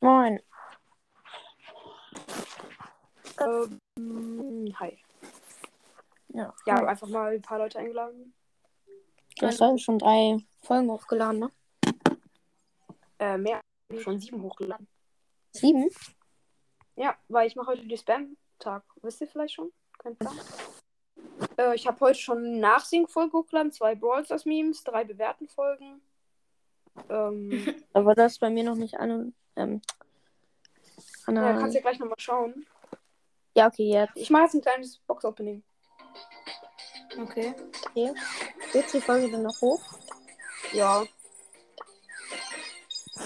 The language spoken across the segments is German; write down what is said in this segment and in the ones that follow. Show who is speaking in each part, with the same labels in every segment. Speaker 1: Moin.
Speaker 2: Ähm, hi.
Speaker 1: Ja,
Speaker 2: Ja,
Speaker 1: hi.
Speaker 2: einfach mal ein paar Leute eingeladen.
Speaker 1: du hast heute schon drei Folgen hochgeladen, ne?
Speaker 2: Äh, mehr. Schon sieben hochgeladen.
Speaker 1: Sieben?
Speaker 2: Ja, weil ich mache heute die Spam-Tag. Wisst ihr vielleicht schon? Könnt ihr sagen? Äh, ich habe heute schon eine Nachsing-Folge hochgeladen, zwei Brawl Stars Memes, drei bewährten Folgen. Ähm,
Speaker 1: Aber das ist bei mir noch nicht an. Ähm, an
Speaker 2: ja, kannst ja gleich nochmal schauen.
Speaker 1: ja, okay, jetzt.
Speaker 2: Ich mache jetzt ein kleines Box-Opening.
Speaker 3: Okay.
Speaker 1: Geht die Folge dann noch hoch?
Speaker 2: Ja,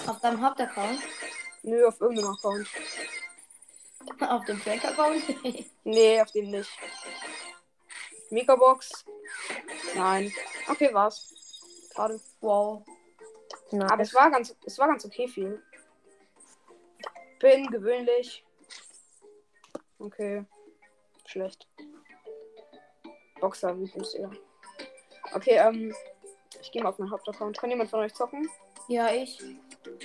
Speaker 3: Auf deinem Hauptaccount?
Speaker 2: nö, auf irgendeinem Account.
Speaker 3: Auf dem Fake-Account?
Speaker 2: Nee, auf dem nicht. Megabox? Nein. Okay, war's. Schade.
Speaker 3: wow.
Speaker 1: Nein.
Speaker 3: Ah,
Speaker 2: Aber es war ganz, es war ganz okay viel. Bin gewöhnlich. Okay. Schlecht. Boxer, wie gut ja. Okay, ähm. Ich gehe mal auf meinen Hauptaccount. Kann jemand von euch zocken?
Speaker 3: Ja, ich.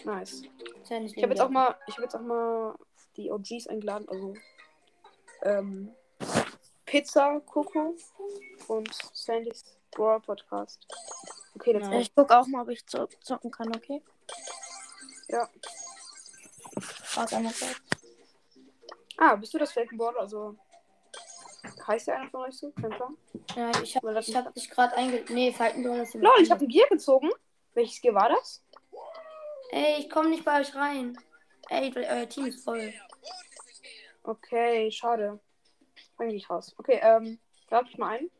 Speaker 2: Nice.
Speaker 3: Ist ja nicht
Speaker 2: Ich habe jetzt
Speaker 3: legal.
Speaker 2: auch mal, ich habe jetzt auch mal die OGs eingeladen, also ähm, Pizza, Coco und Sandys Brawl Podcast. Okay, das
Speaker 3: Nice.
Speaker 1: ich guck auch mal, ob ich zo zocken kann, okay?
Speaker 2: Ja.
Speaker 1: Warte einmal kurz.
Speaker 2: Ah, bist du das Falkenboard? Also heißt der einer von euch so? Kein Plan.
Speaker 3: Ja, ich habe
Speaker 2: Oder das-
Speaker 3: ich hab dich gerade einge... Nee, Falkenbrunnen ist im
Speaker 2: Lol, ich habe ein Gear gezogen. Welches Gear war das?
Speaker 3: Ey, ich komme nicht bei euch rein. Ey, euer Team ist voll.
Speaker 2: Okay, schade. Eigentlich raus. Okay, ähm, lade ich mal ein.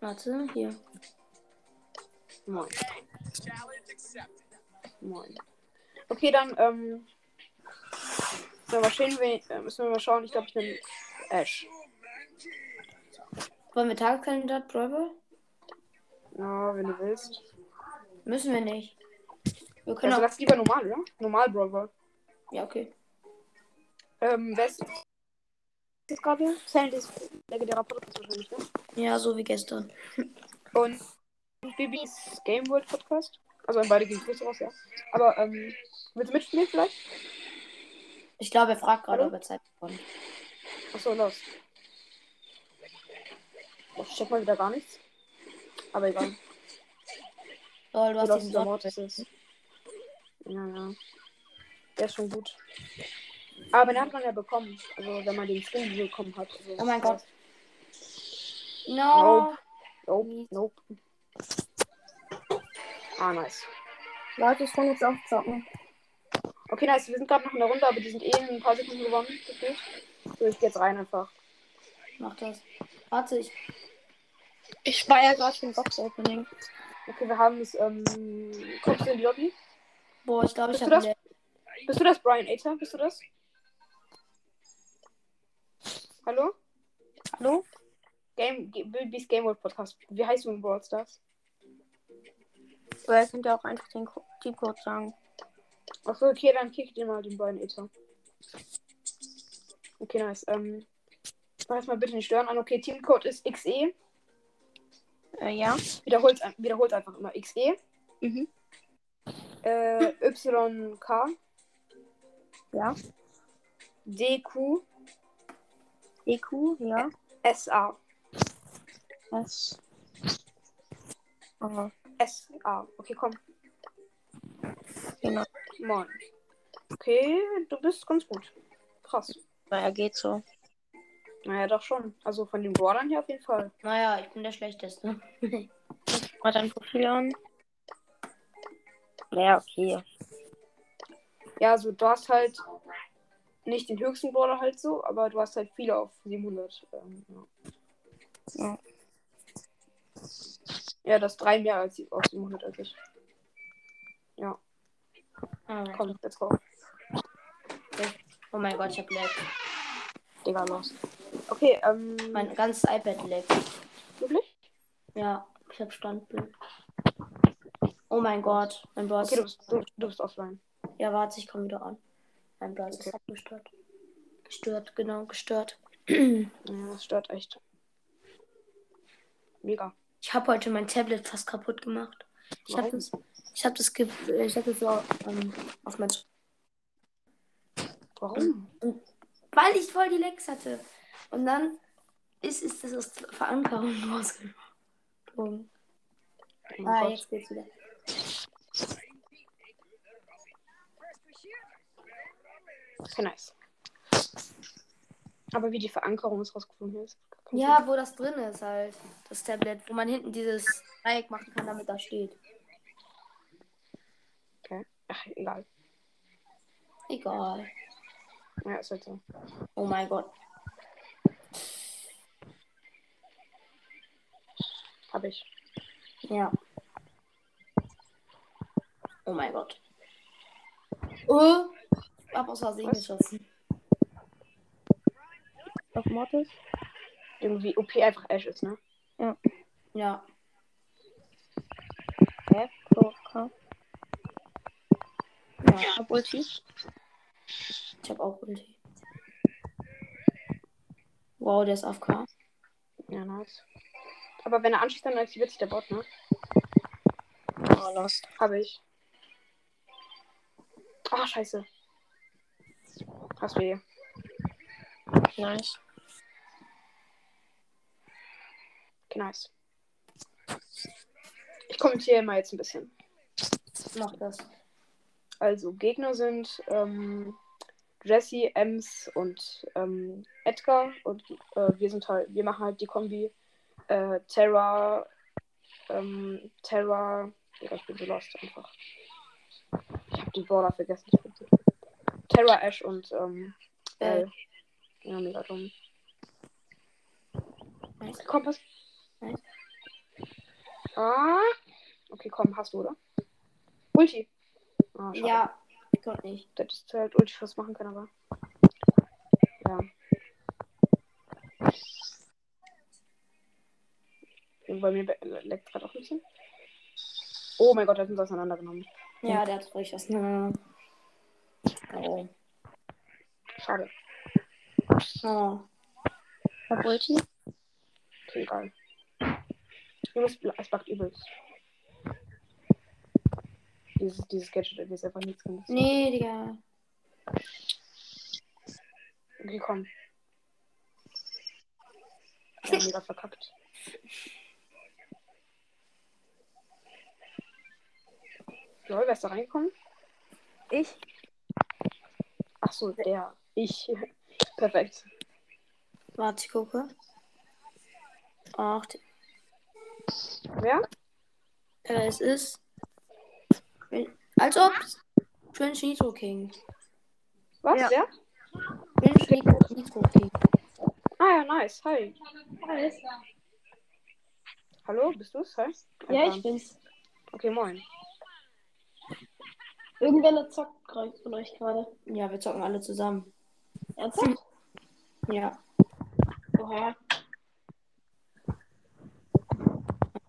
Speaker 3: Warte, hier.
Speaker 2: Moin. Moin. Okay, dann, ähm. Müssen wir mal, schauen, wen, äh, müssen wir mal schauen. Ich glaube, ich nehme Ash.
Speaker 3: Wollen wir Tageskandidat Brawl?
Speaker 2: Ja, wenn du willst.
Speaker 3: Müssen wir nicht. Wir können
Speaker 2: Also
Speaker 3: auch...
Speaker 2: lass lieber normal, oder? Normal Brawler.
Speaker 3: Ja, okay.
Speaker 2: Ähm, wer ist jetzt gerade? Sandy ist legendärer Podcast wahrscheinlich, ne?
Speaker 3: Ja, so wie gestern.
Speaker 2: Und Bibis Game World Podcast. Also an beide gehen Grüße raus, ja. Aber, ähm, willst du mitspielen vielleicht?
Speaker 3: Ich glaube, er fragt gerade,
Speaker 2: Hallo?
Speaker 3: ob er Zeit bekommt.
Speaker 2: Achso, los. Oh, Ich check mal wieder gar nichts. Aber egal.
Speaker 3: Lol, du
Speaker 2: Was
Speaker 3: hast
Speaker 2: aus
Speaker 3: diesen
Speaker 2: dieser
Speaker 3: Song.
Speaker 2: Mord ist es. Ja, ja. Der ist schon gut. Aber den hat man ja bekommen. Also, wenn man den Skin bekommen hat. Also,
Speaker 3: Oh mein Gott. No.
Speaker 2: Nope. Nope. Nope. Ah, nice.
Speaker 1: Leute, ich kann jetzt auch zocken.
Speaker 2: Okay, nice. Wir sind gerade noch in der Runde, aber die sind eh in ein paar Sekunden gewonnen. gefühlt. So, ich geh jetzt rein einfach.
Speaker 3: Mach das. Warte, ich...
Speaker 1: Ich war ja gerade im Box-Opening.
Speaker 2: Okay, wir haben es. Ähm, kommst du in die Lobby?
Speaker 3: Boah, ich glaube, ich
Speaker 2: Bist du
Speaker 3: habe...
Speaker 2: das? Bist du das, Brian Ater? Bist du das? Hallo?
Speaker 1: Hallo?
Speaker 2: Game, Ge- Bill Bees Game World Podcast. Wie heißt du in Brawl Stars?
Speaker 1: Weil ihr könnt ja auch einfach den Co- Teamcode sagen.
Speaker 2: Achso, okay, dann kick dir mal den beiden Ether. Okay, nice. Ähm, mach jetzt mal bitte nicht stören an. Okay, Teamcode ist E. XE.
Speaker 1: Äh, ja.
Speaker 2: Wiederholt, wiederholt einfach immer XE.
Speaker 1: Mhm.
Speaker 2: Äh, YK.
Speaker 1: Ja.
Speaker 2: DQ.
Speaker 1: EQ, E ja.
Speaker 2: SA.
Speaker 1: Was? Aha,
Speaker 2: SA. Ah, Okay, komm.
Speaker 1: genau.
Speaker 2: Moin. Okay, du bist ganz gut. Krass.
Speaker 1: Naja, geht so.
Speaker 2: Naja, doch schon. Also von den Brawlern her auf jeden Fall.
Speaker 3: Naja, ich bin der Schlechteste.
Speaker 1: Mal dein Profil an. Ja, okay.
Speaker 2: Ja, also du hast halt nicht den höchsten Brawler halt so, aber du hast halt viele auf 700. Ähm, ja.
Speaker 1: Ja.
Speaker 2: ja, das drei mehr als auf 700 als ich.
Speaker 3: Ah,
Speaker 2: Komm, let's go.
Speaker 3: Oh mein Gott, ich hab Lag.
Speaker 2: Digga, los. Okay, ähm,
Speaker 3: Mein ganzes iPad lag.
Speaker 2: wirklich?
Speaker 3: Ja, ich hab Standbild. Oh mein Gott, mein Boss.
Speaker 2: Okay, du bist, du, du bist offline.
Speaker 3: Ja, warte, ich komm wieder an. Mein Boss
Speaker 2: Okay.
Speaker 3: ist abgestört. Gestört, genau, gestört.
Speaker 2: Ja, das stört echt. Mega.
Speaker 3: Ich hab heute mein Tablet fast kaputt gemacht. Ich hab
Speaker 2: Warum?
Speaker 3: das, ich hab das, ge- äh, ich hab das so ähm, auf mein
Speaker 2: Warum?
Speaker 3: Weil ich voll die Lecks hatte. Und dann ist, ist das aus Verankerung rausgeflogen.
Speaker 2: Oh Mein
Speaker 3: Ah,
Speaker 2: Gott.
Speaker 3: jetzt geht's wieder.
Speaker 2: Okay, nice. Aber wie die Verankerung ist rausgefunden ist.
Speaker 3: Ja, wo das drin ist halt. Das Tablet, wo man hinten dieses Dreieck machen kann, damit das steht.
Speaker 2: Ach, egal.
Speaker 3: Egal.
Speaker 2: Ja, ist halt so.
Speaker 3: Oh mein Gott.
Speaker 2: Hab ich.
Speaker 3: Ja. Oh mein Gott. Oh, ich hab aus Versehen
Speaker 2: Was?
Speaker 3: geschossen.
Speaker 1: Auf Mortis?
Speaker 2: Irgendwie OP einfach Ash ist, ne?
Speaker 3: Ja.
Speaker 1: F, so, K.
Speaker 3: ja.
Speaker 1: Hab Ulti.
Speaker 3: Ich hab auch Ulti. Wow, der ist AFK.
Speaker 2: Ja, nice. Aber wenn er anschießt, dann aktiviert sich der Bot, ne?
Speaker 1: Oh, lost.
Speaker 2: Hab ich. Ah, scheiße. Hast eh. weh.
Speaker 1: Nice.
Speaker 2: Okay, nice. Ich kommentiere mal jetzt ein bisschen.
Speaker 3: Mach das.
Speaker 2: Also, Gegner sind ähm, Jesse, Ems und ähm, Edgar. Und äh, wir sind halt, wir machen halt die Kombi äh, Terra, ähm, Terra. Digga, ich bin so lost einfach. Ich hab den Border vergessen. Ich bin so- Terra, Ash und ähm,
Speaker 3: Äh.
Speaker 2: L. Ja, mega dumm.
Speaker 3: Nice.
Speaker 2: Komm, pass.
Speaker 3: Nice.
Speaker 2: Ah. Okay, komm, hast du, oder? Ulti. Ah, schade.
Speaker 3: Ja, Gott nicht.
Speaker 2: Der ist halt Ulti was machen kann, aber. Ja. Bei mir be- leckt gerade auch ein bisschen. Oh mein Gott, der hat uns auseinandergenommen.
Speaker 3: Ja, der hat ruhig was. Na. Oh.
Speaker 2: Schade.
Speaker 3: Oh.
Speaker 1: Hab Ulti?
Speaker 2: Okay, egal. Jungs, es backt übelst. Dieses, dieses Gadget irgendwie ist einfach nichts genutzt.
Speaker 3: Nee, Digga.
Speaker 2: Okay, komm. Ja, mega verkackt. Lol, wer ist da reingekommen?
Speaker 1: Ich?
Speaker 2: Ach so, der. Ich. Perfekt.
Speaker 3: Warte, ich gucke. Ach, die-
Speaker 2: Wer?
Speaker 3: äh, es ist. Als ob. Cringe Nitro King.
Speaker 2: Was?
Speaker 1: Ja.
Speaker 2: Der?
Speaker 3: Cringe Nitro- Nitro King.
Speaker 2: Ah ja, nice. Hi. Hallo, bist du's? Hi.
Speaker 4: Ja,
Speaker 2: Kein
Speaker 4: ich
Speaker 2: Plan.
Speaker 4: bin's.
Speaker 2: Okay, moin.
Speaker 4: Irgendwer zockt gerade von euch gerade.
Speaker 3: Ja, wir zocken alle zusammen.
Speaker 4: Ernsthaft?
Speaker 3: Ja.
Speaker 4: Oha.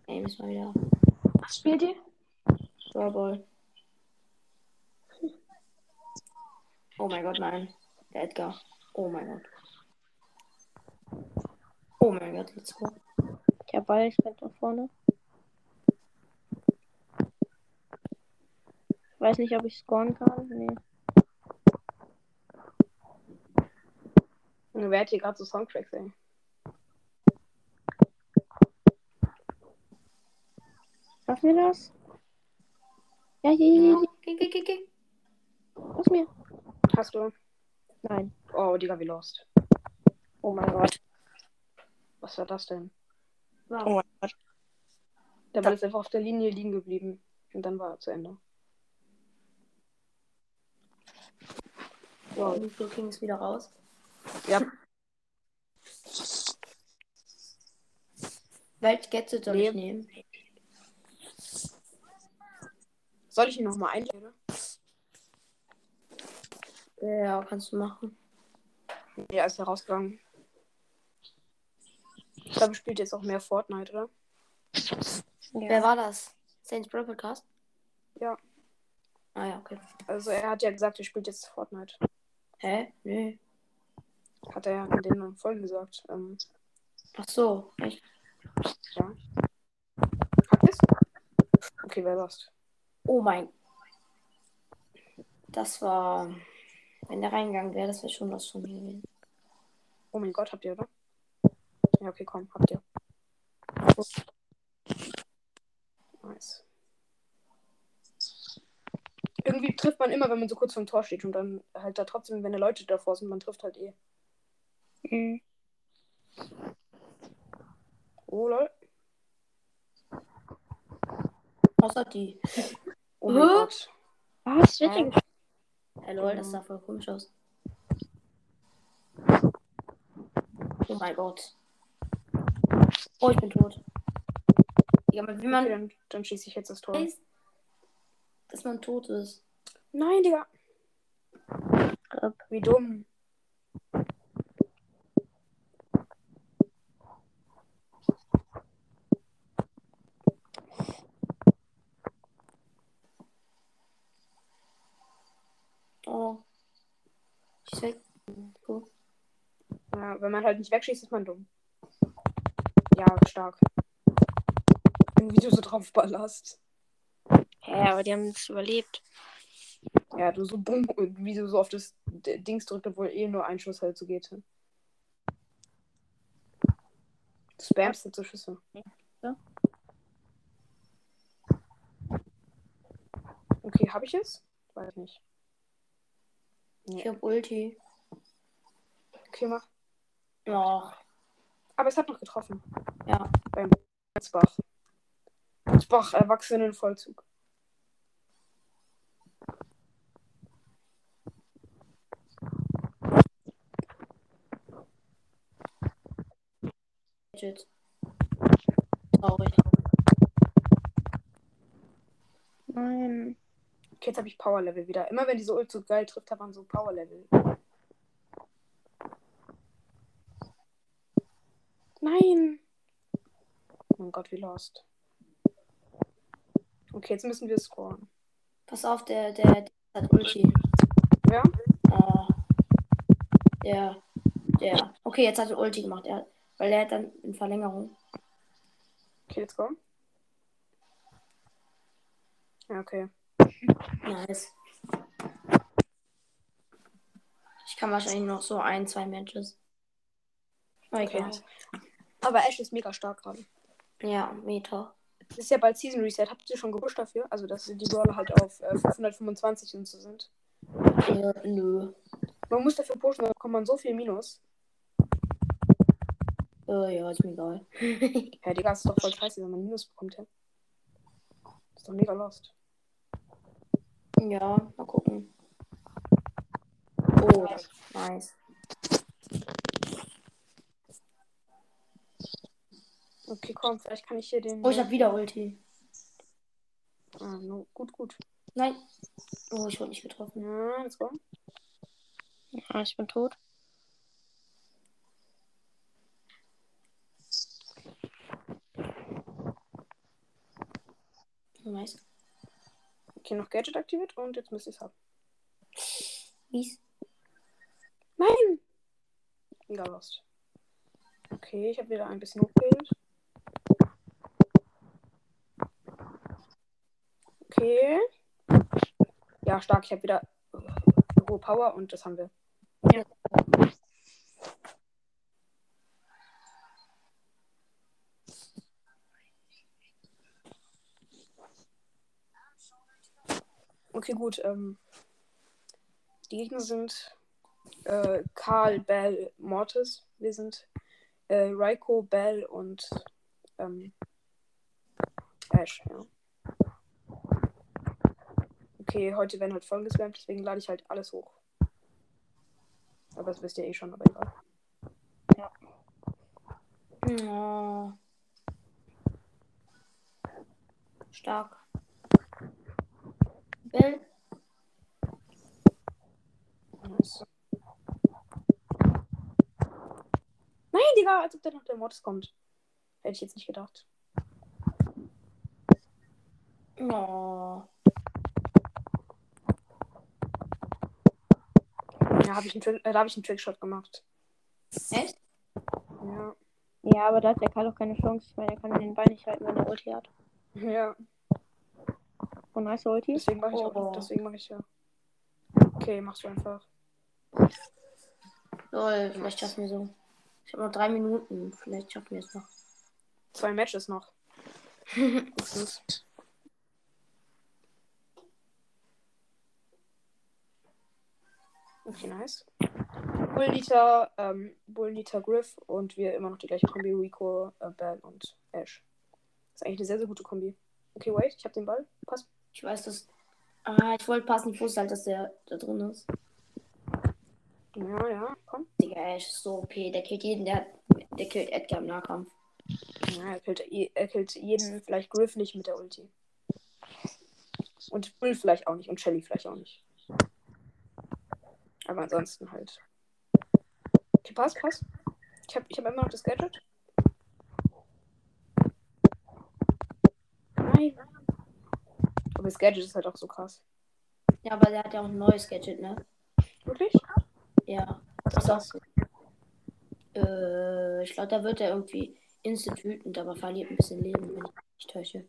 Speaker 3: Ey, müssen wir wieder.
Speaker 4: Was spielt ihr?
Speaker 3: Drawball. Oh mein Gott, nein. Der Edgar. Oh mein Gott. Oh mein Gott, let's go.
Speaker 1: Der Ball ist halt da vorne. Weiß nicht, ob ich scoren kann. Nee.
Speaker 2: Junge, Wer hat hier gerade so Soundtracks, ey?
Speaker 1: Schaffen wir das? Ja, hier, hier, hier,
Speaker 3: Kick, kick, kick, kick.
Speaker 1: hier. Aus mir.
Speaker 2: Hast du?
Speaker 1: Nein.
Speaker 2: Oh, Digga, wie lost.
Speaker 1: Oh mein Gott.
Speaker 2: Was war das denn?
Speaker 1: Oh
Speaker 3: Was?
Speaker 1: mein Gott.
Speaker 2: Der Ball ist einfach auf der Linie liegen geblieben. Und dann war er zu Ende.
Speaker 3: Wow, Nitro King ist wieder raus.
Speaker 2: Ja,
Speaker 3: Welche Gadget soll
Speaker 2: Nee.
Speaker 3: ich nehmen?
Speaker 2: Soll ich ihn nochmal einladen?
Speaker 3: Ja, kannst du machen.
Speaker 2: Ja, ist herausgegangen. Ich glaube, ich spielt jetzt auch mehr Fortnite, oder?
Speaker 1: Ja.
Speaker 3: Wer war das? Saints Pro Podcast?
Speaker 2: Ja.
Speaker 3: Ah ja, okay.
Speaker 2: Also er hat ja gesagt, er spielt jetzt Fortnite.
Speaker 3: Hä? Nö.
Speaker 2: Hat er ja in den Folgen gesagt. Ähm,
Speaker 3: Ach so. Echt?
Speaker 2: hat es? Okay, wer lost?
Speaker 3: Oh mein. Das war. Wenn der reingegangen wäre, das wäre schon was von mir gewesen.
Speaker 2: Oh mein Gott, habt ihr, oder? Ja, okay, komm, habt ihr. Nice. Irgendwie trifft man immer, wenn man so kurz vorm Tor steht und dann halt da trotzdem, wenn da Leute davor sind, man trifft halt eh.
Speaker 1: Mhm.
Speaker 2: Oh lol.
Speaker 3: Außer die.
Speaker 2: Oh mein
Speaker 3: Hä?
Speaker 2: Gott.
Speaker 1: Was? Wird denn
Speaker 3: Hey lol, das sah voll komisch aus. Oh mein Gott. Oh, ich bin tot. Ja, aber wie
Speaker 2: Okay,
Speaker 3: man
Speaker 2: dann, dann schieße ich jetzt das Tor.
Speaker 3: weiß, dass man tot ist.
Speaker 2: Nein, Digga. Wie dumm.
Speaker 3: Oh. Ich weg. So.
Speaker 2: Ja, wenn man halt nicht wegschießt, ist man dumm. Ja, stark. Irgendwie du so drauf ballerst.
Speaker 1: Hä, hey, aber die haben es überlebt.
Speaker 2: Ja, du so bumm und wie du so auf das D- Dings drückt, obwohl eh nur ein Schuss halt so geht. Du spammst jetzt so Schüsse.
Speaker 1: Ja.
Speaker 2: Okay, hab ich es? Weiß nicht.
Speaker 3: Ich hab Ulti.
Speaker 2: Okay, mach.
Speaker 3: Oh.
Speaker 2: Aber es hat noch getroffen.
Speaker 3: Ja.
Speaker 2: Beim Zbach. Zbach, Erwachsenenvollzug.
Speaker 3: Gadget. Traurig.
Speaker 1: Nein.
Speaker 2: Okay, jetzt habe ich Power Level wieder. Immer wenn diese Ult so geil trifft, hat man so Power Level. Nein! Oh mein Gott, wie lost. Okay, jetzt müssen wir scoren.
Speaker 3: Pass auf, der, der, der hat Ulti.
Speaker 2: Ja?
Speaker 3: Äh, der, der. Okay, jetzt hat er Ulti gemacht. Er, weil er hat dann in Verlängerung.
Speaker 2: Okay, let's go. Ja, okay.
Speaker 3: Nice. Ich kann wahrscheinlich noch so ein, zwei Matches. Oh,
Speaker 2: Okay.
Speaker 3: egal.
Speaker 2: Aber Ash ist mega stark gerade.
Speaker 3: Ja, Meter.
Speaker 2: Es ist ja bald Season Reset. Habt ihr schon gepusht dafür? Also, dass die Brawler halt auf äh, 525 und so sind.
Speaker 3: Äh, nö.
Speaker 2: Man muss dafür pushen, sonst bekommt man so viel Minus.
Speaker 3: Äh, ja, ist mir egal.
Speaker 2: Ja, Digga, ist doch voll scheiße, wenn man Minus bekommt, ja. Ist doch mega lost.
Speaker 3: Ja, mal gucken. Oh, nice.
Speaker 2: Okay, komm, vielleicht kann ich hier den.
Speaker 3: Oh, ich hab wieder Ulti.
Speaker 2: Ah, no. Gut, gut.
Speaker 3: Nein. Oh, ich wurde nicht getroffen.
Speaker 2: Ja, let's go.
Speaker 1: Ah, ich bin tot.
Speaker 3: Nice.
Speaker 2: Okay, noch Gadget aktiviert und jetzt müsste ich es haben.
Speaker 3: Mies.
Speaker 2: Nein! Mega lost. Okay, ich habe wieder ein bisschen hochgehielt. Okay. Ja, stark. Ich habe wieder äh, hohe Power und das haben wir.
Speaker 1: Ja.
Speaker 2: Okay, gut. Ähm, die Gegner sind äh, Karl, Bell, Mortis. Wir sind äh, Raiko, Bell und ähm, Ash, ja. Okay, heute werden halt Folgen gespammt, deswegen lade ich halt alles hoch. Aber das wisst ihr eh schon, aber egal.
Speaker 3: Oh. Stark. Bell.
Speaker 2: Nice. Nein, Digga, als ob da noch der Mortis kommt. Hätte ich jetzt nicht gedacht.
Speaker 3: Oh.
Speaker 2: Ja, hab ich einen Trick, äh, da habe ich einen Trickshot gemacht.
Speaker 3: Echt?
Speaker 2: Ja.
Speaker 1: Ja, aber da hat der Karl auch keine Chance. Ich meine, er kann den Ball nicht halten, wenn er Ulti hat.
Speaker 2: Ja.
Speaker 1: Oh, nice Ulti.
Speaker 2: Deswegen mache ich auch.
Speaker 3: Oh.
Speaker 2: Deswegen mache ich ja. Okay, machst du einfach.
Speaker 3: Lol, vielleicht schaffen wir so. Ich habe noch drei Minuten. Vielleicht schaffen wir es noch.
Speaker 2: Zwei Matches noch. okay, nice. Bullnita, ähm, Bullnita Griff und wir immer noch die gleiche Kombi, Rico, äh, Bell und Ash. Ist eigentlich eine sehr, sehr gute Kombi. Okay, wait, ich hab den Ball. Pass.
Speaker 3: Ich weiß, dass. Ah, ich wollte passen. Ich wusste halt, dass der da drin ist.
Speaker 2: Ja, ja, komm.
Speaker 3: Digga, er ist so OP. Der killt jeden. Der, hat, der killt Edgar im Nahkampf.
Speaker 2: Ja, er killt, er killt jeden, vielleicht Griff nicht mit der Ulti. Und Bull vielleicht auch nicht und Shelly vielleicht auch nicht. Aber ansonsten halt. Okay, pass, pass. Ich hab, ich hab immer noch das Gadget. Nein. Aber das Gadget ist halt auch so krass.
Speaker 3: Ja, aber der hat ja auch ein neues Gadget, ne?
Speaker 2: Wirklich?
Speaker 3: Ja.
Speaker 2: Was ist das?
Speaker 3: Äh, ich glaube, da wird er irgendwie instant wütend, aber verliert ein bisschen Leben, wenn ich mich nicht täusche.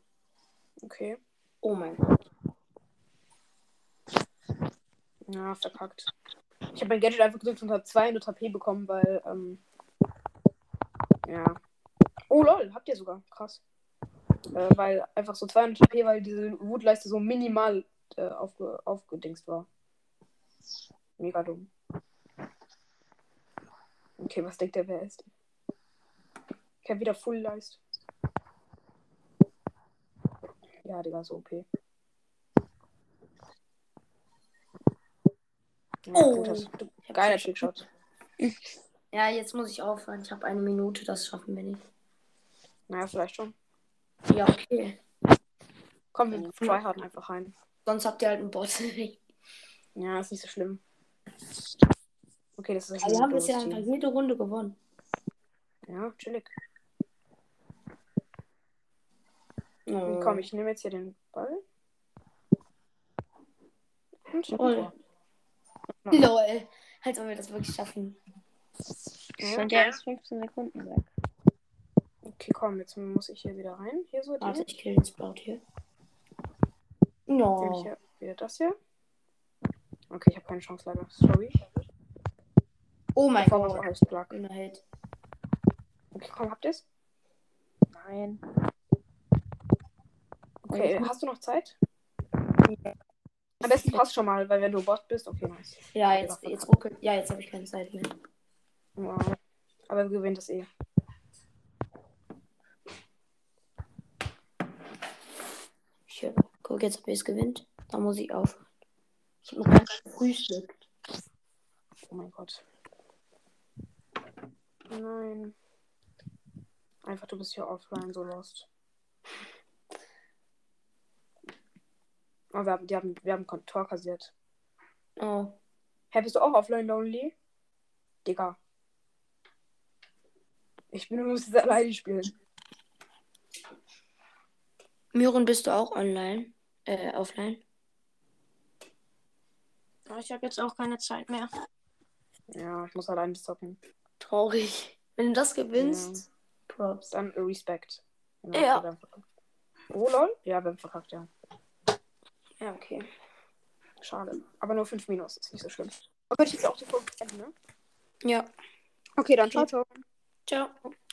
Speaker 2: Okay.
Speaker 3: Oh mein Gott.
Speaker 2: Ja, verkackt. Ich habe mein Gadget einfach gedrückt und habe 200 HP bekommen, weil, ähm. Ja. Oh lol, habt ihr sogar. Krass. Äh, weil einfach so 200 HP, weil diese Wutleiste so minimal äh, aufge aufgedingst war. Mega dumm. Okay, was denkt der, wer er ist? Ich hab wieder Full Leist. Ja, Digga, so OP. Ja,
Speaker 3: Oh.
Speaker 2: gut, hast du
Speaker 3: Ich hab
Speaker 2: Geiler
Speaker 3: schon-
Speaker 2: Trickshot.
Speaker 3: Ja, jetzt muss ich aufhören. Ich habe eine Minute. Das schaffen wir nicht.
Speaker 2: Naja, vielleicht schon.
Speaker 3: Ja, okay.
Speaker 2: Komm, wir tryharden einfach rein.
Speaker 3: Sonst habt ihr halt einen Bot.
Speaker 2: Ja, ist nicht so schlimm. Okay, das ist
Speaker 3: Aber wir haben bisher
Speaker 2: dummes
Speaker 3: einfach
Speaker 2: Team.
Speaker 3: jede Runde gewonnen.
Speaker 2: Ja, chillig.
Speaker 3: Oh.
Speaker 2: Komm, ich nehme jetzt hier den Ball. Hm, Und ich hab ein
Speaker 3: Lol.
Speaker 2: Tor.
Speaker 3: Lol. Als ob wir das wirklich schaffen.
Speaker 1: Das
Speaker 2: Ja.
Speaker 1: sind ja erst 15 Sekunden weg.
Speaker 2: Okay, komm, jetzt muss ich hier wieder rein. Hier so,
Speaker 3: Warte,
Speaker 2: den.
Speaker 3: ich kill den Sprout hier.
Speaker 2: Nehme ich
Speaker 3: No.
Speaker 2: hier wieder das hier. Okay, ich habe keine Chance leider. Sorry.
Speaker 3: Oh mein
Speaker 2: Bevor was
Speaker 3: Gott.
Speaker 2: heißt Plug.
Speaker 3: Schöner Held.
Speaker 2: Okay, komm, habt ihr's?
Speaker 1: Nein.
Speaker 2: Okay, hast du noch Zeit? Am besten passt schon mal, weil wenn du Bot bist, okay, nice.
Speaker 3: Ja, jetzt, jetzt ruckelt. Ja, jetzt habe ich keine Zeit mehr.
Speaker 2: Wow. Aber du gewinnt das eh.
Speaker 3: Ich äh, guck jetzt, ob ihr es gewinnt. Da muss ich aufhören. Ich habe noch ganz Frühstück.
Speaker 2: Oh mein Gott. Nein. Einfach, du bist hier offline, so lost. Oh, wir haben, die haben, wir haben Kontor kassiert.
Speaker 3: Oh.
Speaker 2: Hä, bist du auch offline lonely? Digga. Ich bin, du musst jetzt alleine spielen.
Speaker 3: Myron, bist du auch online? Äh, offline?
Speaker 4: Aber ich habe jetzt auch keine Zeit mehr.
Speaker 2: Ja, ich muss alleine zocken.
Speaker 3: Traurig. Wenn du das gewinnst, Props.
Speaker 2: Dann Respekt.
Speaker 3: Ja.
Speaker 2: wir haben verkackt. Oh, lol? Ja, wir haben verkackt, ja.
Speaker 3: Ja, okay.
Speaker 2: Schade. Aber nur 5 Minus, ist nicht so schlimm. Aber ich jetzt auch die Folge beenden, ne?
Speaker 3: Ja.
Speaker 2: Okay, dann ciao, ciao.
Speaker 3: Ciao.